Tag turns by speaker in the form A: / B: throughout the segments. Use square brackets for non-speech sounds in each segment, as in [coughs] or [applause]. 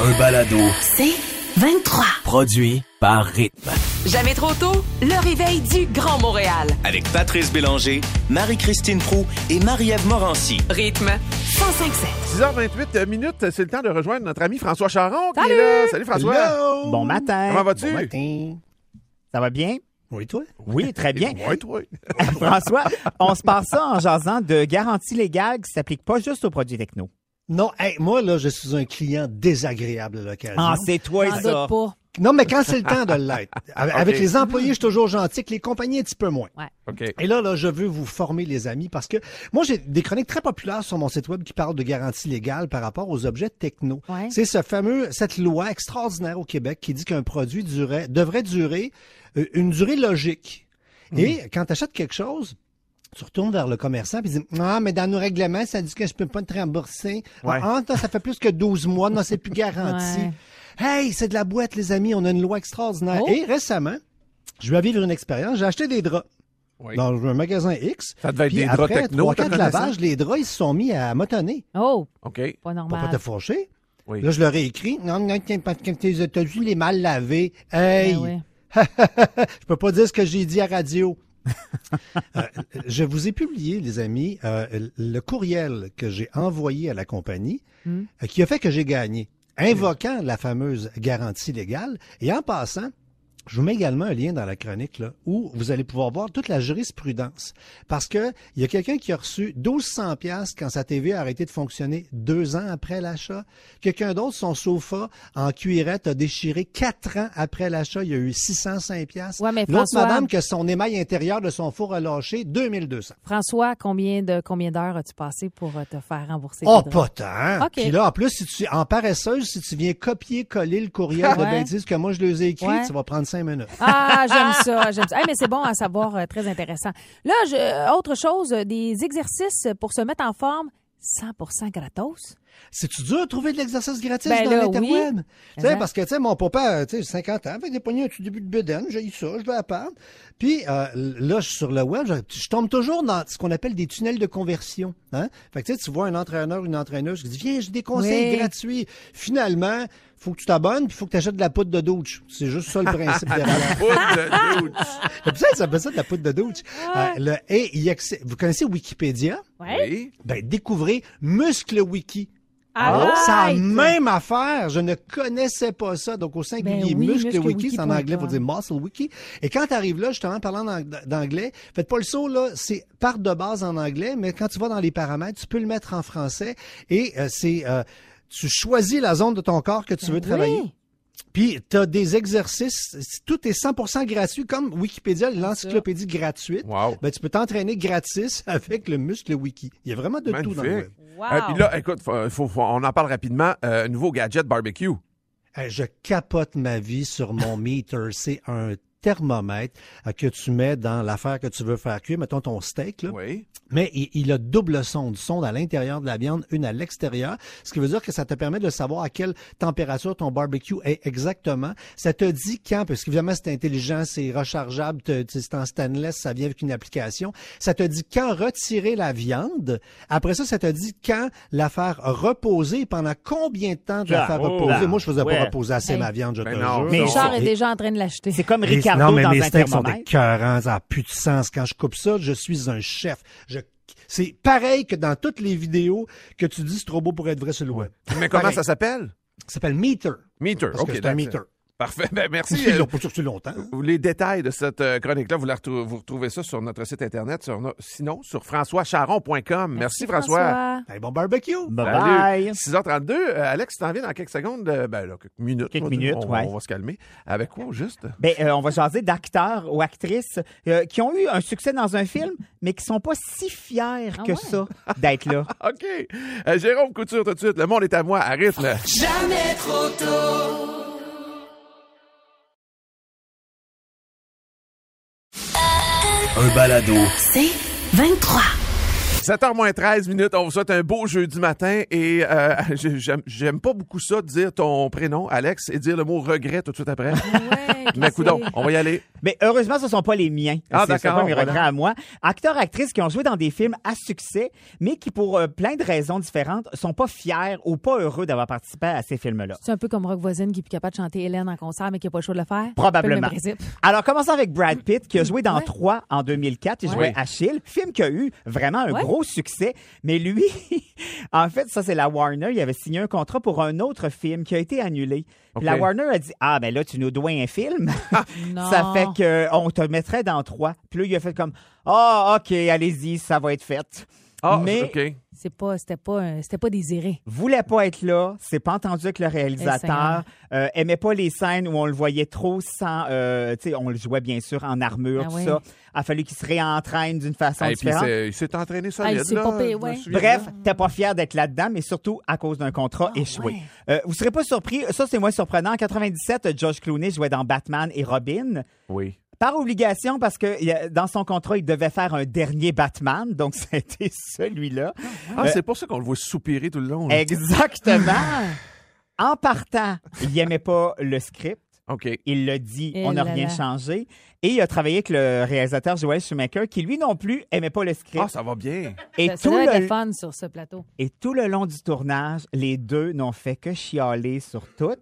A: Un balado
B: C'est 23.
A: produit par Rythme.
B: Jamais trop tôt, le réveil du Grand Montréal.
C: avec Patrice Bélanger, Marie-Christine Prou et Marie-Ève Morancy.
B: Rythme 105.7.
D: 6h28 minutes, c'est le temps de rejoindre notre ami François Charon qui est là. Salut François.
E: Bon matin.
D: Comment vas-tu?
E: Bon matin. Ça va bien?
F: Oui, toi?
E: Oui, très
F: [laughs]
E: bien.
D: Ouais, toi.
E: François, on se passe ça en jasant de garanties légales qui s'appliquent pas juste aux produits techno.
F: Non, hey, moi, là, je suis un client désagréable à l'occasion.
E: Ah, c'est toi et ça.
F: non, mais quand c'est le temps de l'être. Avec, avec les employés, je suis toujours gentil, avec les compagnies, un petit peu moins.
D: OK.
F: Et là, là, je veux vous former, les amis, parce que moi, j'ai des chroniques très populaires sur mon site web qui parlent de garantie légale par rapport aux objets techno.
D: Hein?
G: Ouais.
F: C'est ce fameux, cette loi extraordinaire au Québec qui dit qu'un produit durait, devrait durer euh, une durée logique.
D: Hmm.
F: Et quand tu achètes quelque chose, tu retournes vers le commerçant et dis Ah, mais dans nos règlements, ça dit que je peux pas te rembourser.
D: Ouais.
F: Ah, non, ça fait plus que 12 mois. Non, c'est plus garanti.
G: Ouais.
F: Hey, c'est de la boîte, les amis. On a une loi extraordinaire.
G: Oh.
F: Et récemment, je vais vivre une expérience. J'ai acheté des draps dans un magasin X.
D: Ça devait être
F: Puis
D: des draps
F: après
D: techno,
F: trois,
D: ta
F: quatre
D: connaissance.
F: lavages, les draps, ils se sont mis à motonner.
G: Oh,
D: OK.
G: pas
F: Pour pas
G: normal.
F: te fâcher.
D: Oui.
F: Là, je leur ai écrit. Non, non, t'as pas- t'as t'as dû les mal laver. Hey!
G: Ben oui.
F: [laughs] je peux pas dire ce que j'ai dit à radio. Euh, je vous ai publié, les amis, euh, le courriel que j'ai envoyé à la compagnie euh, qui a fait que j'ai gagné, invoquant la fameuse garantie légale. Et en passant, je vous mets également un lien dans la chronique là, où vous allez pouvoir voir toute la jurisprudence. Parce que il y a quelqu'un qui a reçu 1200 pièces quand sa TV a arrêté de fonctionner deux ans après l'achat. Quelqu'un d'autre, son sofa en cuirette a déchiré quatre ans après l'achat. Il y a eu 605 pièces.
G: Ouais, mais
F: L'autre
G: François-
F: madame que son émail intérieur de son four a lâché, 2200.
G: François, combien de combien d'heures as-tu passé pour euh, te faire rembourser?
F: Oh,
G: tes droits?
F: pas tant.
G: OK.
F: Puis là, en plus, si tu en paresseuse, si tu viens copier-coller le courriel de
G: Ouais.
F: bêtises que moi je les ai écrits,
G: Ouais.
F: tu vas prendre cinq minutes.
G: Ah, j'aime ça, j'aime ça. Eh, mais c'est bon à savoir, euh, très intéressant. Là, je, euh, autre chose, euh, des exercices pour se mettre en forme 100% gratos.
F: C'est-tu dur de trouver de l'exercice gratuit
G: Ben
F: dans
G: là,
F: l'Interweb?
G: oui.
F: Tu sais,
G: Exact.
F: parce que, tu sais, mon papa, euh, tu sais, 50 ans, avec des poignets au début de bédaine, j'ai eu ça, je vais à part. Puis, euh, là, je suis sur le web, je, je tombe toujours dans ce qu'on appelle des tunnels de conversion. Hein? Fait que, tu sais, tu vois un entraîneur, une entraîneuse qui dit, viens, j'ai des conseils
G: Oui.
F: gratuits. Finalement, faut que tu t'abonnes, puis faut que tu achètes de la poudre de douche. C'est juste ça le principe
G: [laughs]
F: derrière.
D: Ah!
F: C'est pour [laughs] ça qu'ils appellent ça de la poudre de douche. Euh, le, et il y a que c'est- vous connaissez Wikipédia?
G: Ouais.
F: Ben, découvrez Muscle Wiki.
B: Ah,
G: Arrête!
F: Ça a même affaire. Je ne connaissais pas ça. Donc, au singulier,
G: Ben oui,
F: muscle,
G: muscle
F: wiki,
G: wiki
F: c'est en
G: point
F: anglais,
G: com.
F: faut dire muscle wiki. Et quand tu arrives là, justement, parlant d'ang- d'anglais, faites pas le saut, là, c'est part de base en anglais, mais quand tu vas dans les paramètres, tu peux le mettre en français et euh, c'est, euh, tu choisis la zone de ton corps que tu veux travailler.
G: Ben Oui.
F: Puis, tu as des exercices. Tout est 100% gratuit, comme Wikipédia, l'encyclopédie gratuite.
D: Wow.
F: Ben, tu peux t'entraîner gratis [laughs] avec le muscle wiki. Il y a vraiment de tout dans le web.
D: Magnifique.
G: Wow.
D: Euh, puis là, écoute, faut- faut- faut- on en parle rapidement. Euh, nouveau gadget barbecue.
F: Hey, Je capote ma vie sur mon meter. C'est un thermomètre euh, que tu mets dans l'affaire que tu veux faire cuire, mettons ton steak, là.
D: Oui.
F: mais il, il a double sonde, sonde à l'intérieur de la viande, une à l'extérieur, ce qui veut dire que ça te permet de savoir à quelle température ton barbecue est exactement. Ça te dit quand, parce qu'évidemment c'est intelligent, c'est rechargeable, te- tu sais, c'est en stainless, ça vient avec une application. Ça te dit quand retirer la viande. Après ça, ça te dit quand la faire reposer, pendant combien de temps de la
E: Ah,
F: faire
E: oh,
F: reposer.
E: là,
F: Moi, je faisais pas
E: ouais.
F: reposer assez
G: Hey.
F: ma viande, je
D: Ben
F: te
D: non,
F: jure.
E: Mais
G: Richard
F: Et-
G: est déjà en train de l'acheter.
E: C'est comme Ricardo
F: les- non, mais
E: dans un
F: mes steaks sont
E: thermomètre.
F: écœurants, ça n'a plus de sens. Quand je coupe ça, je suis un chef. Je... C'est pareil que dans toutes les vidéos que tu dis c'est trop beau pour être vrai sur le web.
D: Mais comment
F: Pareil.
D: ça s'appelle?
F: Ça s'appelle meter.
D: Meter.
F: Parce
D: OK,
F: que c'est un
D: that's it.
F: meter.
D: Parfait. Ben, merci.
F: [laughs] Ils
D: Euh,
F: l'ont pas sorti longtemps. hein.
D: les détails de cette euh, chronique-là, vous, la retrou- vous retrouvez ça sur notre site Internet, sur no- sinon sur françoischaron.com. Merci, François.
F: Un bon barbecue.
E: Bye-bye.
D: 6h32. Euh, Alex, tu t'en viens dans quelques secondes, euh, ben là, quelques minutes.
E: Quelques
D: on va dire.
E: minutes,
D: on,
E: ouais.
D: on va se calmer. Avec quoi, au juste? [laughs]
E: Ben, euh, on va jaser d'acteurs ou actrices euh, qui ont eu un succès dans un film, mais qui sont pas si fiers
F: Ah
E: que
G: ouais.
E: ça d'être là.
D: OK. Euh, Jérôme Couture, tout de suite. Le monde est à moi, à rythme.
A: Un balado
B: C'est 23.
D: 7h moins 13 minutes, on vous souhaite un beau jeudi matin et euh, [laughs] j'ai- j'aime- j'aime pas beaucoup ça, dire ton prénom, Alex, et dire le mot regret tout de suite après.
G: Ah Ouais,
D: Mais
G: qu'est-ce
D: coudon,
G: que
D: on va y aller.
E: Mais heureusement, ce ne sont pas les miens.
D: Ah,
E: C'est- ce sont
D: d'accord,
E: pas mes
D: voilà.
E: regrets à moi. Acteurs, actrices qui ont joué dans des films à succès, mais qui, pour euh, plein de raisons différentes, sont pas fiers ou pas heureux d'avoir participé à ces films-là.
G: C'est un peu comme Rock Voisine qui est plus capable de chanter Hélène en concert, mais qui n'a pas le choix de le faire.
E: Probablement.
G: Un peu le même principe.
E: Alors, commençons avec Brad Pitt, qui a joué dans
G: Mm. Ouais.
E: 3 en 2004. Il
D: Ouais.
E: jouait
D: Oui.
E: Achille, film qui a eu vraiment un
G: Ouais.
E: gros succès. Mais lui, [laughs] en fait, ça, c'est la Warner. Il avait signé un contrat pour un autre film qui a été annulé. Puis La
D: OK. Ah.
E: Warner a dit Ah, ben là, tu nous dois un film. [laughs]
G: Non.
E: ça fait qu'on te mettrait dans 3. Puis là, il a fait comme Ah, OK, allez-y, ça va être fait.
D: Ah,
E: mais
D: OK.
G: C'est pas, c'était pas, un- c'était pas désiré.
E: voulait pas être là, s'est pas entendu avec le réalisateur,
G: Seigneur.
E: euh, aimait pas les scènes où on le voyait trop sans, euh, tu sais, on le jouait bien sûr en armure,
G: Ah
E: tout
G: ouais.
E: ça. A fallu qu'il se réentraîne d'une façon
D: Ah, Et puis,
E: différente.
D: c'est- il s'est entraîné
G: Ah,
D: solide,
G: il s'est
D: là.
G: popé,
D: je me
G: ouais.
D: souviens.
E: Bref, t'es pas fier d'être là-dedans, mais surtout à cause d'un contrat échoué. Euh, vous serez pas surpris, ça c'est moins surprenant. En 97, George Clooney jouait dans Batman et Robin.
D: Oui.
E: Par obligation, parce que il y a- dans son contrat, il devait faire un dernier Batman, donc [laughs] c'était celui-là.
D: Ah, c'est pour ça qu'on le voit soupirer tout le long. là.
E: [laughs] Exactement. en partant, il n'aimait pas le script.
D: OK.
E: Il l'a dit,
G: Et
E: on n'a
G: Eh là
E: rien
G: là.
E: changé. Et il a travaillé avec le réalisateur Joel Schumacher, qui lui non plus aimait pas le script.
D: Ah, ça va bien.
E: et,
G: Ça- ça
E: tout
G: doit être
E: le,
G: le fun sur ce plateau.
E: et tout le long du tournage, les deux n'ont fait que chialer sur tout.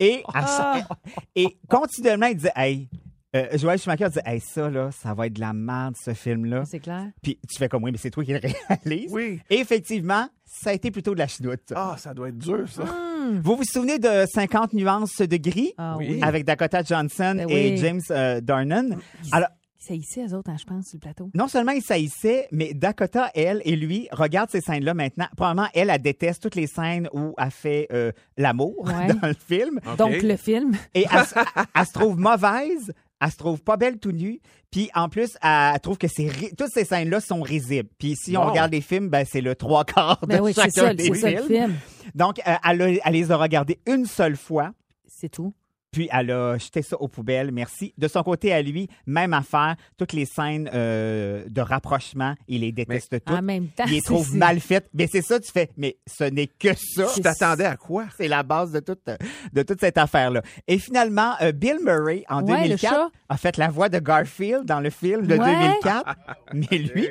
E: Et,
D: Ah.
E: à chaque- [laughs] et continuellement, il disait, hey, euh, Joel Schumacher disait, hey, ça, là, ça va être de la merde, ce film-là.
G: C'est clair.
E: Puis tu fais comme, oui, mais c'est toi qui le [laughs] réalises.
D: Oui.
E: Et effectivement, ça a été plutôt de la chenoute.
D: Ah, ça doit être dur, ça.
E: Vous vous souvenez de 50 nuances de gris?
G: Ah
D: Oui.
G: oui.
E: Avec Dakota Johnson
G: Ben
E: et
G: oui. Ah.
E: James euh, Dornan. Alors,
G: C'est ici, eux autres, hein, je pense, sur le plateau.
E: non seulement ils saillissaient, mais Dakota, elle et lui, regardent ces scènes-là maintenant. Probablement, elle, elle déteste toutes les scènes où elle fait euh, l'amour
G: Ouais.
E: [laughs] dans le film.
D: OK.
G: Donc, le film.
E: Et elle, se- elle se trouve mauvaise, elle se trouve pas belle tout nue. Puis en plus, elle trouve que c'est ri- toutes ces scènes-là sont risibles. Puis si on
D: Wow.
E: regarde les films, ben, c'est le trois quarts de
G: Ben oui, c'est
E: chacun
G: ça,
E: des
G: c'est ça
E: films.
G: le film.
E: Donc, euh, elle, a- elle les a regardés une seule fois.
G: C'est tout.
E: Puis elle a jeté ça aux poubelles, merci. De son côté à lui, même affaire, toutes les scènes euh, de rapprochement, il les déteste
G: En
E: toutes.
G: même temps.
E: il les
G: [laughs] c'est-
E: trouve
G: c'est-
E: mal faites. Mais c'est ça, tu fais, mais ce n'est que ça.
D: Tu t'attendais à quoi?
E: C'est la base de toute, de toute cette affaire-là. Et finalement, euh, Bill Murray, en
G: Ouais, le
E: 2004,
G: chat.
E: a fait la voix de Garfield dans le film de
G: Ouais. Ah.
E: 2004. Mais lui,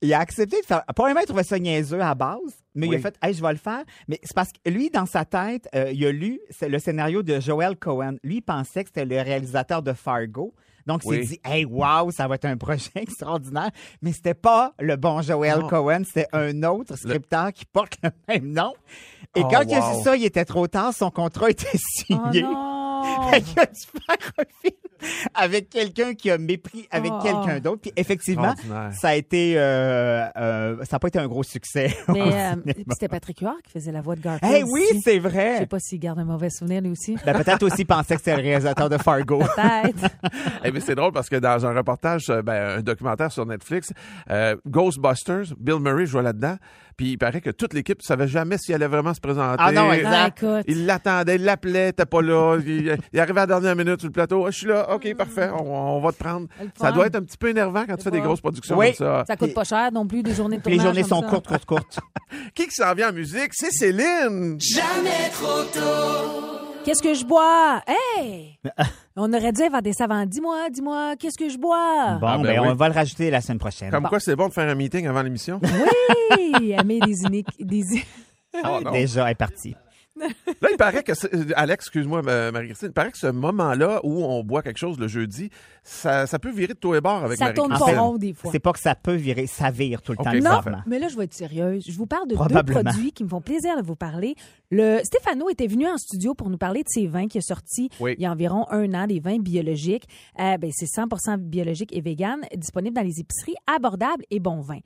E: il a accepté de faire. Probablement, il trouvait ça niaiseux à base, mais il
D: Oui.
E: a fait, hey, je vais le faire. Mais c'est parce que lui, dans sa tête, euh, il a lu c'est le scénario de Joel Cohen. Lui, il pensait que c'était le réalisateur de Fargo. Donc, il
D: Oui.
E: s'est dit, hey, wow, ça va être un [laughs] projet extraordinaire. Mais c'était pas le bon Joel
D: Non.
E: Cohen, c'était un autre scripteur qui porte le même nom. Et
D: Oh,
E: quand il a
D: wow.
E: vu ça, il était trop tard, son contrat [laughs] était
G: Oh
E: signé.
G: non!
E: [laughs] Fait qu'il a dû faire un film avec quelqu'un qui a mépris avec
G: Oh.
E: quelqu'un d'autre. Puis effectivement,
D: Extraordinaire.
E: ça a été, euh, euh, ça n'a pas été un gros succès. [laughs]
G: Mais euh, puis c'était Patrick Huard qui faisait la voix de
E: Eh
G: Garfield.
E: oui,
G: aussi. Je
E: c'est
G: sais
E: vrai.
G: pas s'il garde un mauvais souvenir, lui aussi.
E: Ben, peut-être aussi pensait que c'était le réalisateur de
G: [laughs]
E: Fargo. [laughs]
G: Peut-être.
D: Eh bien, c'est drôle parce que dans un reportage, euh, ben, un documentaire sur Netflix, euh, Ghostbusters, Bill Murray jouait là-dedans. Puis il paraît que toute l'équipe savait jamais s'il allait vraiment se présenter.
E: Ah non, exact.
G: Ah, écoute.
D: Il l'attendait, il l'appelait, t'es pas là. Il, il arrivait à la dernière minute sur le plateau. Ah, je suis là, OK, parfait, on, on va te prendre.
G: Le
D: Ça
G: fun.
D: doit être un petit peu énervant quand tu fais des
G: pas-
D: grosses productions
E: Oui.
D: comme ça.
G: Ça coûte pas cher non plus, des journées de
E: Puis les
G: tournage.
E: journées
G: comme
E: sont
G: ça. [laughs]
E: courtes, courtes, courtes.
D: Qui qui s'en vient en musique? C'est Céline!
G: Qu'est-ce que je bois? Hey! On aurait dû avoir des savants. Dis-moi, dis-moi, qu'est-ce que je bois?
E: Bon,
D: Ah,
E: ben,
D: ben oui.
E: on va le rajouter la semaine prochaine.
D: Comme quoi, c'est bon de faire un meeting avant [laughs] l'émission?
G: Hey! Elle met des uniques. Des...
D: Ah, non.
E: Déjà, elle est partie.
D: Là, il paraît que, c'est- Alex, excuse-moi, euh, Marie-Christine, il paraît que ce moment-là où on boit quelque chose le jeudi, ça, ça peut virer de tous les bords avec
G: Ça tourne pas
D: Marie-Christine.
G: rond des fois.
E: C'est pas que ça peut virer, ça vire tout le
D: Ok,
E: temps,
D: parfait.
G: Non,
E: bizarrement.
G: mais là, je vais être sérieuse. Je vous parle de deux
E: Probablement.
G: produits qui me font plaisir de vous parler. Le Stéphano était venu en studio pour nous parler de ses vins qui est sorti
D: Oui.
G: il y a environ un an, des vins biologiques. Euh, ben, c'est 100 biologique et vegan, disponible dans les épiceries, abordable et bon vin.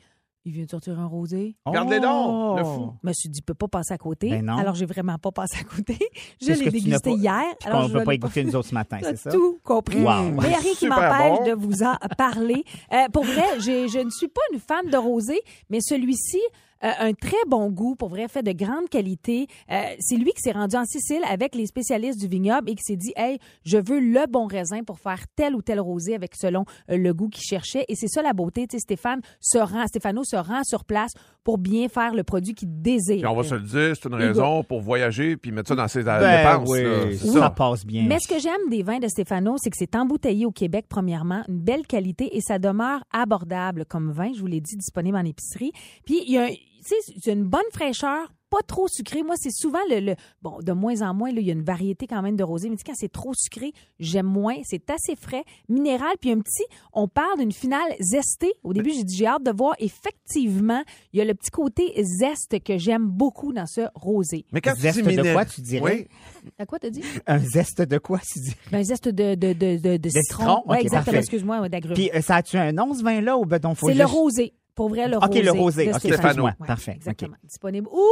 G: Il vient de sortir un rosé.
D: Regarde-les donc, le fou.
G: Je me suis dit, peut pas passer à côté.
E: Ben non.
G: Alors, j'ai vraiment pas passé à côté. Je
E: Qu'est-ce
G: l'ai
E: que tu n'as
G: dégusté
E: pas-
G: hier.
E: Puis
G: Alors,
E: qu'on
G: je
E: peut
G: vais
E: pas
G: le-
E: écouter nous autres ce matin,
G: T'as
E: Ben, c'est ça?
G: tout compris.
E: Wow.
G: Mais il n'y a rien qui
D: Super
G: m'empêche
D: bon.
G: de vous en parler. Euh, pour vrai, j'ai- je ne suis pas une fan de rosé, mais celui-ci, euh, un très bon goût, pour vrai, fait de grande qualité. Euh, c'est lui qui s'est rendu en Sicile avec les spécialistes du vignoble et qui s'est dit, hey, je veux le bon raisin pour faire tel ou tel rosé avec selon euh, le goût qu'il cherchait. Et c'est ça la beauté, tu sais, Stéphane se rend, Stéphano se rend sur place pour bien faire le produit qu'il désire.
D: Puis on va se le dire, c'est une raison pour voyager puis mettre ça dans ses euh,
E: Ben
D: dépenses. là.
E: oui,
D: C'est
E: ça.
D: ça.
E: passe bien.
G: Mais ce que j'aime des vins de Stéphano, c'est que c'est embouteillé au Québec, premièrement, une belle qualité et ça demeure abordable comme vin, je vous l'ai dit, disponible en épicerie. Puis, il y a, un- tu sais, c'est une bonne fraîcheur, pas trop sucrée. Moi, c'est souvent le, le- Bon, de moins en moins, là, il y a une variété quand même de rosé, mais tu sais, quand c'est trop sucré, j'aime moins. C'est assez frais, minéral, puis un petit. On parle d'une finale zestée. Au début, j'ai dit, j'ai hâte de voir. Effectivement, il y a le petit côté zeste que j'aime beaucoup dans ce rosé.
D: Mais quand
E: Zeste
D: tu dis
E: de
D: miné-
E: quoi, tu dirais?
D: Oui,
G: À quoi t'as dit?
E: Un zeste de quoi, tu dis?
G: Ben, Un zeste de, de, de, de, de citron.
E: citron,
G: Ouais,
E: ok,
G: exactement.
E: parfait.
G: Excuse-moi, ouais, d'agrumes.
E: Puis euh, ça a-tu un nom, ce vin-là, ou ben, donc faut
G: C'est le
E: juste-
G: rosé. Pour vrai, le
E: OK,
G: rosé.
E: le rosé.
G: de
E: OK,
G: Stéphane.
E: excuse-moi.
G: Ouais,
E: Parfait,
G: Exactement. Disponible. Ou,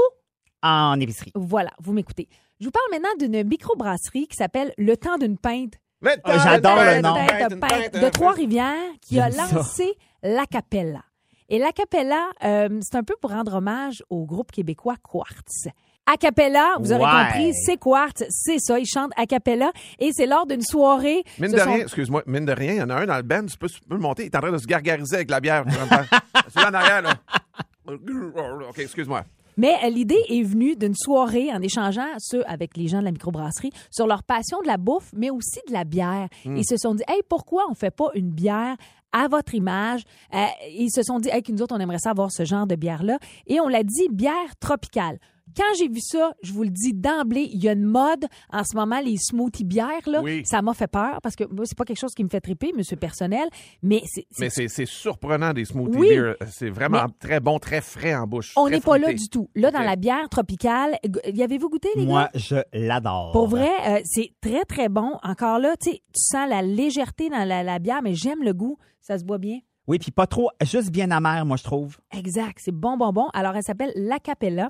E: En épicerie.
G: voilà, vous m'écoutez. Je vous parle maintenant d'une microbrasserie qui s'appelle Le temps d'une pinte.
D: Mais
E: Euh, j'adore le
G: Une
E: nom.
G: pinte, une pinte De Trois-Rivières qui a
E: J'aime ça.
G: lancé la Capella. Et la Capella, euh, c'est un peu pour rendre hommage au groupe québécois Quartz. A cappella, vous aurez
E: Ouais.
G: compris, c'est Quartz, c'est ça, ils chantent a cappella et c'est lors d'une soirée.
D: Mine
G: ce
D: de
G: sont-
D: rien, excuse-moi, mine de rien, il y en a un dans le band, tu peux, tu peux le monter, il est en train de se gargariser avec la bière. C'est là en arrière, là. OK, excuse-moi.
G: Mais euh, l'idée est venue d'une soirée en échangeant ceux avec les gens de la microbrasserie sur leur passion de la bouffe, mais aussi de la bière.
D: Hmm.
G: Ils se sont dit, hey, pourquoi on fait pas une bière à votre image? Euh, ils se sont dit, hey, que nous autres, on aimerait ça avoir ce genre de bière-là. Et on l'a dit, bière tropicale. Quand j'ai vu ça, je vous le dis d'emblée, il y a une mode en ce moment les smoothies bières là,
D: Oui.
G: ça m'a fait peur parce que moi c'est pas quelque chose qui me fait triper, monsieur personnel, mais c'est
D: Mais c'est c'est surprenant des smoothies
G: Oui.
D: beer. C'est vraiment
G: Mais-
D: très bon, très frais en bouche.
G: on
D: très
G: n'est pas là
D: fruité.
G: du tout. Là dans
D: Ok.
G: la bière tropicale, go- y avez-vous goûté les gars?
E: Moi, je l'adore.
G: Pour
D: ben.
G: vrai, euh, c'est très, très bon. Encore là, tu sais, tu sens la légèreté dans la, la bière, mais j'aime le goût. Ça se boit bien.
E: Oui, puis pas trop, juste bien amer, moi, je trouve.
G: Exact. C'est bon, bon, bon. Alors, elle s'appelle la Capella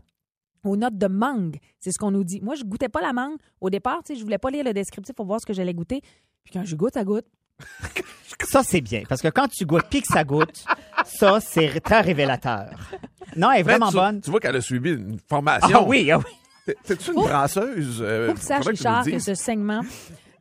G: aux notes de mangue. C'est ce qu'on nous dit. Moi, je goûtais pas la mangue au départ. Tu sais, je voulais pas lire le descriptif pour voir ce que j'allais goûter. Puis quand je goûte, ça goûte.
E: Ça, c'est bien, parce que quand tu goûtes puis que ça
G: [laughs]
E: goûte, ça, c'est r- très révélateur. Non, elle
D: Fred,
E: est vraiment
D: tu-
E: bonne.
D: Tu vois qu'elle a suivi une
E: Ah
D: formation.
G: oh.
E: oui, ah oui.
G: [laughs]
D: T'es- T'es-tu une brasseuse? euh,
G: Faut que tu saches,
D: faudrait que tu nous
G: Richard,
D: le
G: que
D: dises.
G: ce
D: [laughs]
G: segment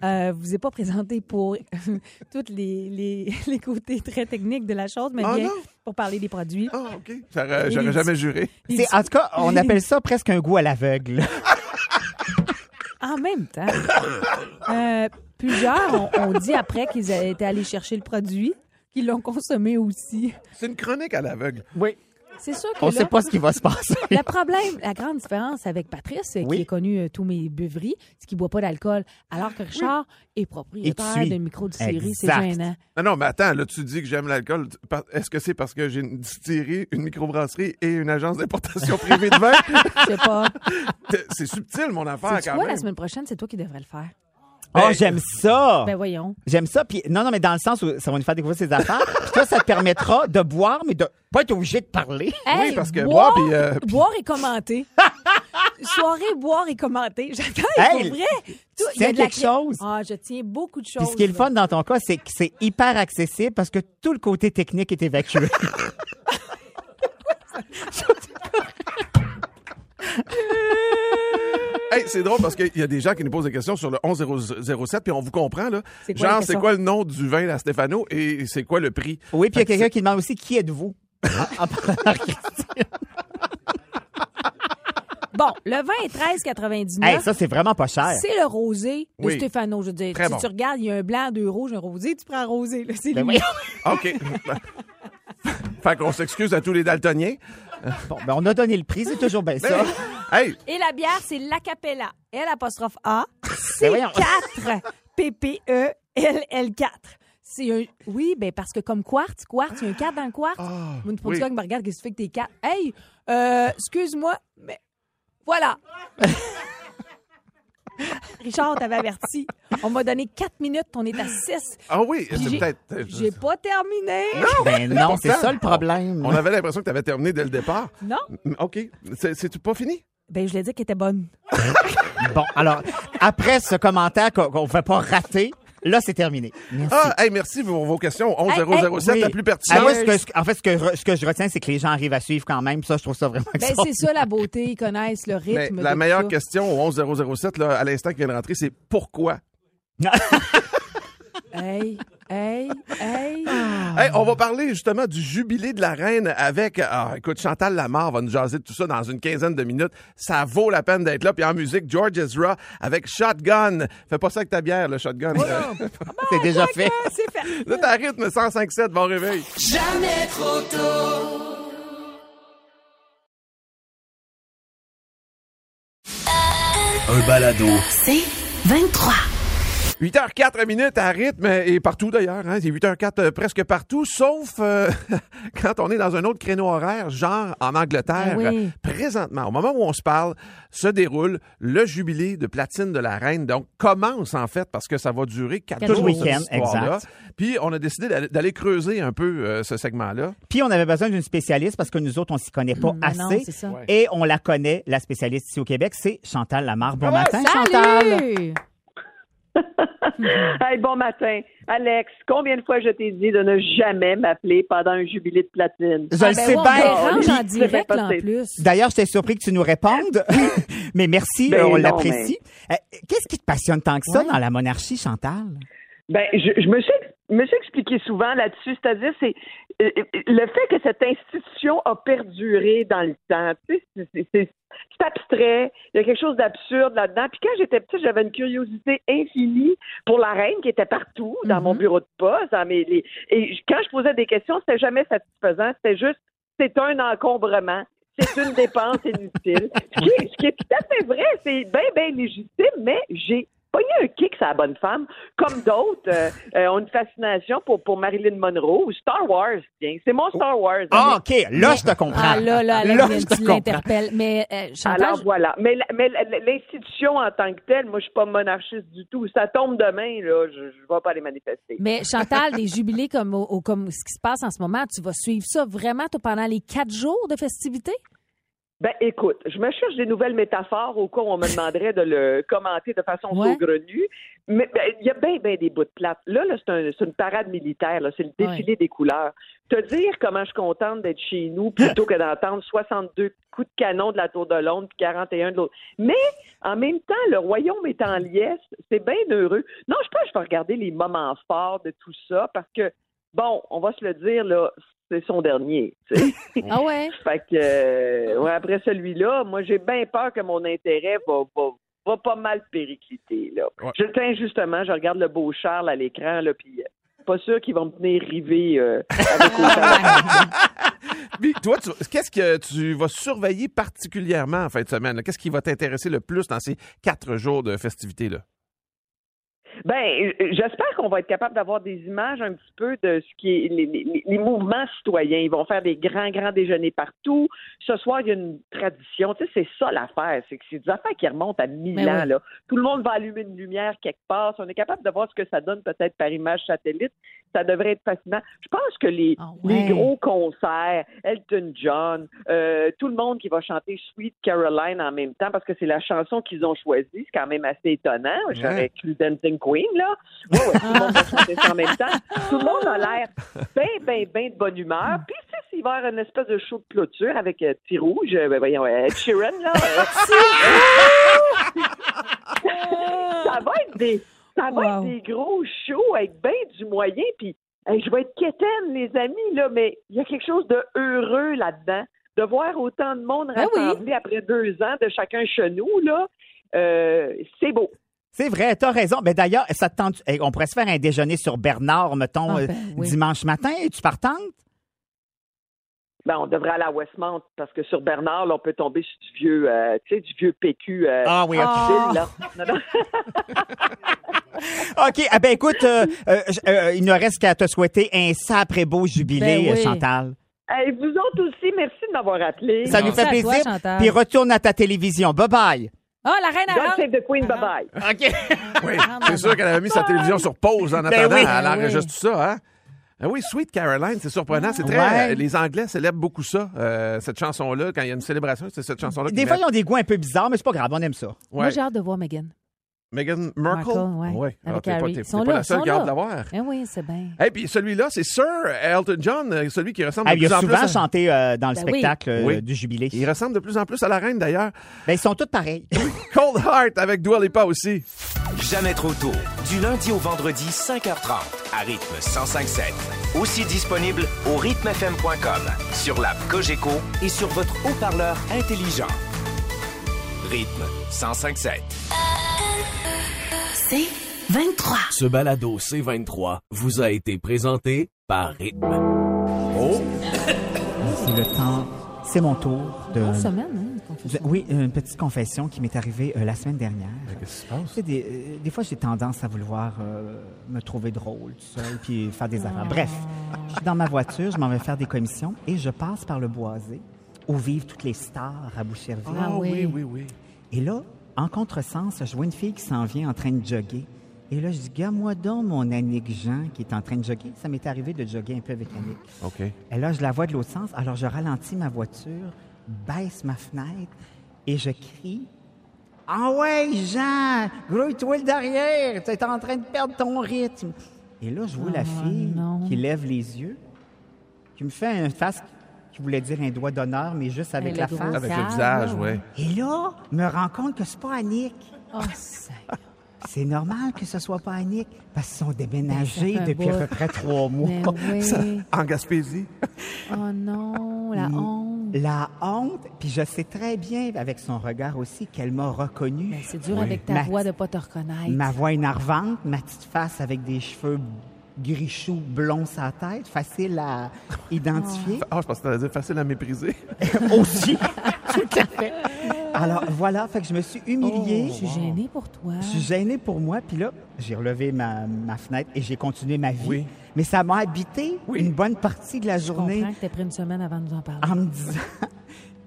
G: euh, vous est pas présenté pour [laughs] tous les, les, les côtés très techniques de la chose, mais
D: Ah
G: bien
D: non?
G: pour parler des produits.
D: Ah, OK. J'aurais
G: Et
D: j'aurais
G: les-
D: jamais juré.
E: C'est- En tout cas, on appelle ça presque un goût à l'aveugle.
G: En même temps, [coughs] euh, plusieurs ont, ont dit après qu'ils étaient allés chercher le produit, qu'ils l'ont consommé aussi.
D: C'est une chronique à l'aveugle.
E: Oui.
G: C'est sûr que
E: On
G: là,
E: sait pas ce qui va se passer.
G: le problème, la grande différence avec Patrice, euh,
E: Oui.
G: qui est connu euh, tous mes beuveries, c'est qu'il boit pas d'alcool, alors que Richard est
E: Et
G: propriétaire
E: tu suis.
G: d'une micro distillerie, c'est
E: Exact.
G: gênant.
D: Non, non, mais attends, là, tu dis que j'aime l'alcool. Tu- par- Est-ce que c'est parce que j'ai une distillerie, une microbrasserie et une agence d'importation
G: [laughs]
D: privée de vin?
G: Je sais
E: [laughs]
G: pas.
D: T'es- c'est subtil, mon
E: Ah,
D: affaire,
G: Tu
D: quand
G: vois,
D: même.
G: la semaine prochaine, c'est toi qui devrais le faire.
E: Oh, j'aime ça.
G: Ben voyons.
E: J'aime ça. Puis non, non, mais dans le sens où ça va nous faire découvrir ses affaires. Puis toi, ça te permettra de boire, mais de pas être obligé de parler.
G: Hey,
D: parce que
G: boire,
D: boire, puis, euh, puis-
G: boire et
E: [laughs]
G: commenter. Soirée, boire et commenter. [laughs] J'attends,
E: Hey,
G: pour vrai. Tout- il y a
E: tiens
G: de la
E: quelque
G: cré-
E: chose.
G: Ah, je tiens beaucoup de choses.
E: Puis ce qui est le fun dans ton cas, c'est que c'est hyper accessible parce que tout le côté technique est évacué.
D: Hey, c'est drôle parce qu'il y a des gens qui nous posent des questions sur le 11007, puis on vous comprend, là.
G: C'est quoi la
D: Genre,
G: question?
D: c'est quoi le nom du vin à Stéphano et c'est quoi le prix?
E: Oui, puis il y a quelqu'un qui demande aussi qui êtes-vous. En parlant de Christine.
G: Bon, le vin est 13,99.
E: hey, ça, c'est vraiment pas cher.
G: c'est le rosé de
D: Oui.
G: Stéphano. Je veux dire,
D: Très
G: si
D: bon.
G: tu regardes, il y a un blanc, deux rouges, un rosé, tu prends un rosé. là, c'est
E: Ben
G: lui.
E: oui.
G: [laughs]
D: OK. fait qu'on s'excuse à tous les daltoniens.
E: Bon, ben, on a donné le prix, c'est toujours bien ça.
D: Mais- hey,
G: Et la bière, c'est l'acapella. L apostrophe A,
E: Ben voyons.
G: C4, PPE, LL4. C'est un... Oui, ben parce que comme quartz, quartz, il y a un 4 dans le quartz. Mon producteur qui me regarde, qu'est-ce que tu fais que t'es 4? Hey, euh, excuse-moi, mais voilà. Richard, t'avais averti. On m'a donné 4 minutes, on est à 6.
D: ah oui, c'est
G: J'ai-
D: peut-être.
G: J'ai pas terminé.
E: Ben non, c'est
D: Pourtant,
E: ça le problème.
D: On avait l'impression que tu avais terminé dès le départ.
G: Non?
D: M- OK. C'est- C'est-tu pas fini?
G: Ben, je l'ai dit qu'elle était bonne.
E: Bon, alors, après ce commentaire qu'on qu'on ne fait pas rater, Là, c'est terminé. Merci.
D: Ah, hey, merci pour vos questions. 11 007,
E: Oui.
D: la plus
E: Ah,
D: pertinente.
E: moi, ce que je- en fait, ce que, re- ce que je retiens, c'est que les gens arrivent à suivre quand même. Ça, je trouve ça vraiment [laughs]
G: Ben, c'est ça la beauté, ils connaissent le
D: Mais
G: rythme. de
D: Ben, la
G: tout
D: meilleure
G: ça.
D: question au 11 007, là, à l'instant qui vient de rentrer, c'est pourquoi?
G: Hey, hey, hey.
D: Hey, on va parler justement du jubilé de la reine avec, ah, écoute, Chantal Lamar va nous jaser de tout ça dans une quinzaine de minutes. Ça vaut la peine d'être là. Puis en musique, George Ezra avec Shotgun. Fais pas ça avec ta bière, le Shotgun.
E: C'est déjà fait.
G: [laughs] C'est fait.
D: [laughs] Là, t'as rythme 105.7, bon réveil.
A: un balado,
B: 23.
D: 8h04 minutes à rythme et partout d'ailleurs. Hein, c'est 8h04 euh, presque partout, sauf euh, [laughs] quand on est dans un autre créneau horaire, genre en Angleterre.
G: Ah oui.
D: Présentement, au moment où on se parle, se déroule le jubilé de platine de la reine. Donc, commence en fait parce que ça va durer quatre
G: Quatre
D: jours.
E: jours.
D: cette
E: Week-end,
D: histoire-là.
E: exact.
D: Puis, on a décidé d'aller- d'aller creuser un peu euh, ce segment-là.
E: Puis on avait besoin d'une spécialiste parce que nous autres, on s'y connaît pas
G: Mais
E: assez.
G: Mm, Ben non, c'est ça.
D: Ouais.
E: Et on la connaît, la spécialiste ici au Québec, c'est Chantal Lamarre.
G: Oh,
E: Bon matin, Chantal.
G: Salut!
H: [laughs] Hey, bon matin. Alex, combien de fois je t'ai dit de ne jamais m'appeler pendant un jubilé de platine?
E: Je
G: Ah, ben
E: le sais
G: ouais, on
E: bien.
G: dérange en
H: Puis-
G: direct, là, en
H: Puis-
G: plus.
E: D'ailleurs, j'étais surpris que tu nous répondes, [laughs] mais merci,
H: Ben
E: euh, on
H: non,
E: l'apprécie. Euh, Qu'est-ce qui te passionne tant que ça
G: Ouais.
E: dans la monarchie, Chantal?
H: Ben, je, je me suis me suis expliqué souvent là-dessus, c'est-à-dire c'est euh, euh, le fait que cette institution a perduré dans le temps. Tu sais, c'est- c'est- c'est c'est abstrait, il y a quelque chose d'absurde là-dedans. Puis quand j'étais petite, j'avais une curiosité infinie pour la reine qui était partout, dans
G: Mhm.
H: mon bureau de poste, dans mes les- et j- quand je posais des questions, c'était jamais satisfaisant, c'était juste c'est un encombrement. C'est une dépense inutile. Ce qui, est, ce qui est tout à fait vrai, c'est bien, bien légitime, mais j'ai pogné un kick à la bonne femme, comme d'autres euh, euh, ont une fascination pour, pour Marilyn Monroe ou Star Wars. Tiens, c'est mon Star Wars. hein,
E: Ah, OK, là, je te comprends.
G: Ah là, là, Alex,
E: Là,
G: mais
E: je te
G: tu
E: comprends.
G: l'interpelles. Mais euh, Chantal,
H: Alors voilà. Mais, la- mais la- la- l'institution en tant que telle, moi, je suis pas monarchiste du tout. Ça tombe demain, là, je ne vais pas les manifester.
G: mais Chantal, des jubilés comme, au- au- comme ce qui se passe en ce moment, tu vas suivre ça vraiment toi, pendant les quatre jours de festivités?
H: Ben, écoute, je me cherche des nouvelles métaphores au cas où
G: [laughs]
H: on me demanderait de le commenter de façon
G: Ouais.
H: saugrenue. Mais ben, il y a bien, bien des bouts de plate. Là, là c'est un- c'est une parade militaire. là. C'est le
G: Ouais.
H: défilé des couleurs. Te dire comment je suis contente d'être chez nous plutôt
G: [laughs]
H: que d'entendre 62 coups de canon de la Tour de Londres puis 41 de l'autre. Mais en même temps, le royaume est en liesse. C'est bien heureux. Non, je pense que je vais regarder les moments forts de tout ça parce que, bon, on va se le dire, là, c'est son dernier. tu sais.
G: Ah ouais?
H: Fait que, euh, ouais, après celui-là, moi, j'ai bien peur que mon intérêt va, va, va pas mal péricliter. Là.
D: Ouais.
H: Je le tiens justement, je regarde le beau Charles à l'écran, là, puis euh, pas sûr qu'ils vont me tenir rivé euh, avec autant.
D: Puis, toi, tu- qu'est-ce que tu vas surveiller particulièrement en fin de semaine? là? Qu'est-ce qui va t'intéresser le plus dans ces quatre jours de festivités-là?
H: Ben, euh, j'espère qu'on va être capable d'avoir des images un petit peu de ce qui est les, les- les mouvements citoyens. Ils vont faire des grands, grands déjeuners partout. Ce soir, il y a une tradition. Tu sais, c'est ça l'affaire. C'est que c'est des affaires qui remontent à mille
G: Ben
H: ans,
G: oui.
H: là. Tout le monde va allumer une lumière quelque part. Si on est capable de voir ce que ça donne peut-être par image satellite, ça devrait être fascinant. Je pense que les,
G: Ah ouais.
H: les gros concerts, Elton John, euh, tout le monde qui va chanter Sweet Caroline en même temps parce que c'est la chanson qu'ils ont choisie. C'est quand même assez étonnant. J'aurais cru Dancing Queen, là. Ouais, ouais, tout le monde va chanter ça en même temps. Tout le monde a l'air bien, bien, bien de bonne humeur. Puis, tu sais, s'il va y avoir une espèce de show de clôture avec euh, Petit Rouge, euh, ben, voyons, euh, Ed Sheeran, là. euh, ça va être des, ça va
G: Wow.
H: être des gros shows avec bien du moyen. Puis, hey, je vais être quétaine, les amis, là, mais il y a quelque chose de heureux là-dedans. De voir autant de monde
G: Ben oui.
H: rassemblé après deux ans de chacun chez nous, là, euh, c'est beau.
E: C'est vrai, t'as raison. Mais d'ailleurs, ça te tente- eh, on pourrait se faire un déjeuner sur Bernard, mettons,
G: Ah,
E: euh,
G: ben oui.
E: dimanche matin. Es-tu partante?
H: Ben, on devrait aller à Westmount parce que sur Bernard, là, on peut tomber sur du vieux, euh, tu sais, du vieux PQ. euh,
E: Ah oui, ok.
H: hostile, là. Non, non.
E: OK. Ah ben écoute, euh, euh, j- euh, il ne reste qu'à te souhaiter un sacré beau jubilé,
G: Ben oui.
E: euh, Chantal.
H: Hey, vous autres aussi, merci de m'avoir appelé.
E: Ça nous
G: Merci
E: fait
G: à toi,
E: plaisir.
G: Chantal.
E: Puis retourne à ta télévision. Bye bye.
G: Ah, la reine
H: God
G: arrive!
H: save the Queen, bye-bye.
E: OK.
D: Oui, c'est sûr qu'elle avait mis sa télévision sur pause en attendant.
E: oui.
D: elle
G: Ah, Ben oui.
D: enregistre tout ça, hein? Ah oui, Sweet Caroline, c'est surprenant. C'est très.
E: Ouais.
D: euh, Les Anglais célèbrent beaucoup ça, euh, cette chanson-là. Quand il y a une célébration, c'est cette chanson-là.
E: Des
D: qu'ils
E: fois,
D: mettent.
E: Ah, ils ont des goûts un peu bizarres, mais c'est pas grave, on aime ça.
G: Moi,
D: Ouais.
G: j'ai hâte de voir Megan.
D: Meghan Merkel?
G: Markle, ouais.
D: Ouais. Ah,
G: Avec
D: t'es pas,
G: Harry.
D: t'es-
G: Ils
D: t'es
G: sont
D: pas
G: là,
D: la seule
G: ils
D: qui
G: sont
D: a
G: là.
D: hâte d'avoir.
G: Eh oui, c'est bien.
D: Et puis celui-là, c'est Sir Elton John, euh, celui qui ressemble
E: Ah,
D: de
E: il
D: plus
E: a
D: en
E: souvent
D: plus. à-
E: chanté euh, dans le
G: Ben oui.
E: spectacle euh,
D: Oui.
E: du Jubilé.
D: Il ressemble de plus en plus à la reine d'ailleurs.
E: Ben, ils sont tous pareils.
D: Cold Heart avec Dua Lipa aussi.
C: Jamais trop tôt. Du lundi au vendredi, 5h30, à rythme 105.7. Aussi disponible au rythmefm.com, sur l'app Cogeco et sur votre haut-parleur intelligent. Rythme 105.7.
B: C'est 23.
A: Ce balado C23 vous a été présenté par Rythme.
E: C'est le temps. C'est mon tour de.
G: Une semaine, hein, qu'on fait
E: de-
G: ça.
E: Oui, une petite confession qui m'est arrivée euh, la semaine dernière. Tu sais, des, euh, des fois, j'ai tendance à vouloir euh, me trouver drôle, tout seul, puis faire des affaires. Bref, je suis dans ma voiture, je m'en vais faire des commissions et je passe par le boisé où vivent toutes les stars à Boucherville.
G: Ah oui.
D: oui, oui.
E: Et là, en contresens, je vois une fille qui s'en vient en train de jogger. Et là, je dis, gars-moi donc mon Annick Jean qui est en train de jogger. Ça m'est arrivé de jogger un peu avec Annick.
D: OK.
E: Et là, je la vois de l'autre sens. Alors, je ralentis ma voiture, baisse ma fenêtre et je crie Ah ouais, Jean, grouille-toi le derrière, tu es en train de perdre ton rythme. Et là, je vois la fille
G: Ah, non.
E: qui lève les yeux, qui me fait un face qui voulait dire un doigt d'honneur, mais juste avec
G: le
E: la
G: gros
E: face.
D: Avec
G: Ah,
D: le visage,
G: ouais,
D: oui.
G: ouais.
E: Et là, me rends compte que c'est pas Annick.
G: Oh, Seigneur.
E: C'est normal que ce soit pas Annick, parce qu'ils sont
G: Ben,
E: déménagés
G: ça fait un
E: depuis à
G: bout.
E: peu
G: [laughs]
E: près trois mois.
G: Mais ben oui.
D: En Gaspésie.
G: Oh non, la
E: Mm.
G: honte.
E: La honte, puis je sais très bien, avec son regard aussi, qu'elle m'a reconnu.
G: Ben, c'est dur avec ta
E: Ma-
G: voix de pas te reconnaître.
E: Ma voix énervante, ma petite face avec des cheveux gris-choux blonds sa tête,
G: [laughs]
E: facile à identifier.
D: Ah, je pense que t'allais dire facile à mépriser.
G: Ah. [laughs]
E: Aussi, [laughs] tout à fait. Alors voilà, fait que je me suis humiliée.
G: Je suis gênée pour toi.
E: Oh, Je suis gênée pour moi, puis là, j'ai relevé ma, ma fenêtre et j'ai continué ma vie.
D: Oui.
E: Mais ça m'a habité une bonne partie de la
G: Je comprends
E: journée.
G: que t'as pris une semaine avant de nous en parler.
E: en me disant [laughs]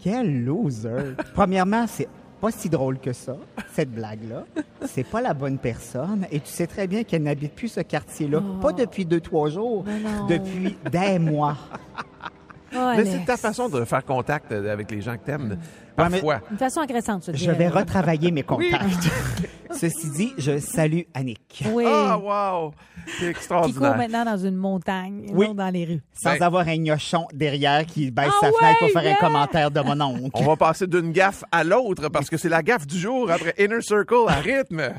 E: quel loser. Premièrement, c'est pas si drôle que ça, cette blague-là. C'est pas la bonne personne. Et tu sais très bien qu'elle n'habite plus ce quartier-là. Pas depuis deux, trois jours.
G: Mais Oh. Ben non.
E: Depuis
G: [laughs]
E: des mois.
G: Oh,
D: Mais
G: Alex.
D: c'est ta façon de faire contact euh, avec les gens que t'aimes.
E: Ouais, mais-
D: Parfois.
G: Une façon agressante, je te
E: Je
G: dirais.
E: vais retravailler mes contacts. [laughs] Ceci dit, je salue Annick.
G: Oui.
D: Ah, wow! C'est
G: qui court
D: extraordinaire.
G: maintenant dans une montagne,
E: Oui.
G: non dans les rues.
E: Sans
D: Ben-
E: avoir un gnochon derrière qui baisse
G: Ah
E: sa fenêtre pour
G: ouais,
E: faire
G: yeah!
E: un commentaire de mon oncle.
D: On va passer d'une gaffe à l'autre parce que c'est la gaffe du jour après Inner Circle à rythme.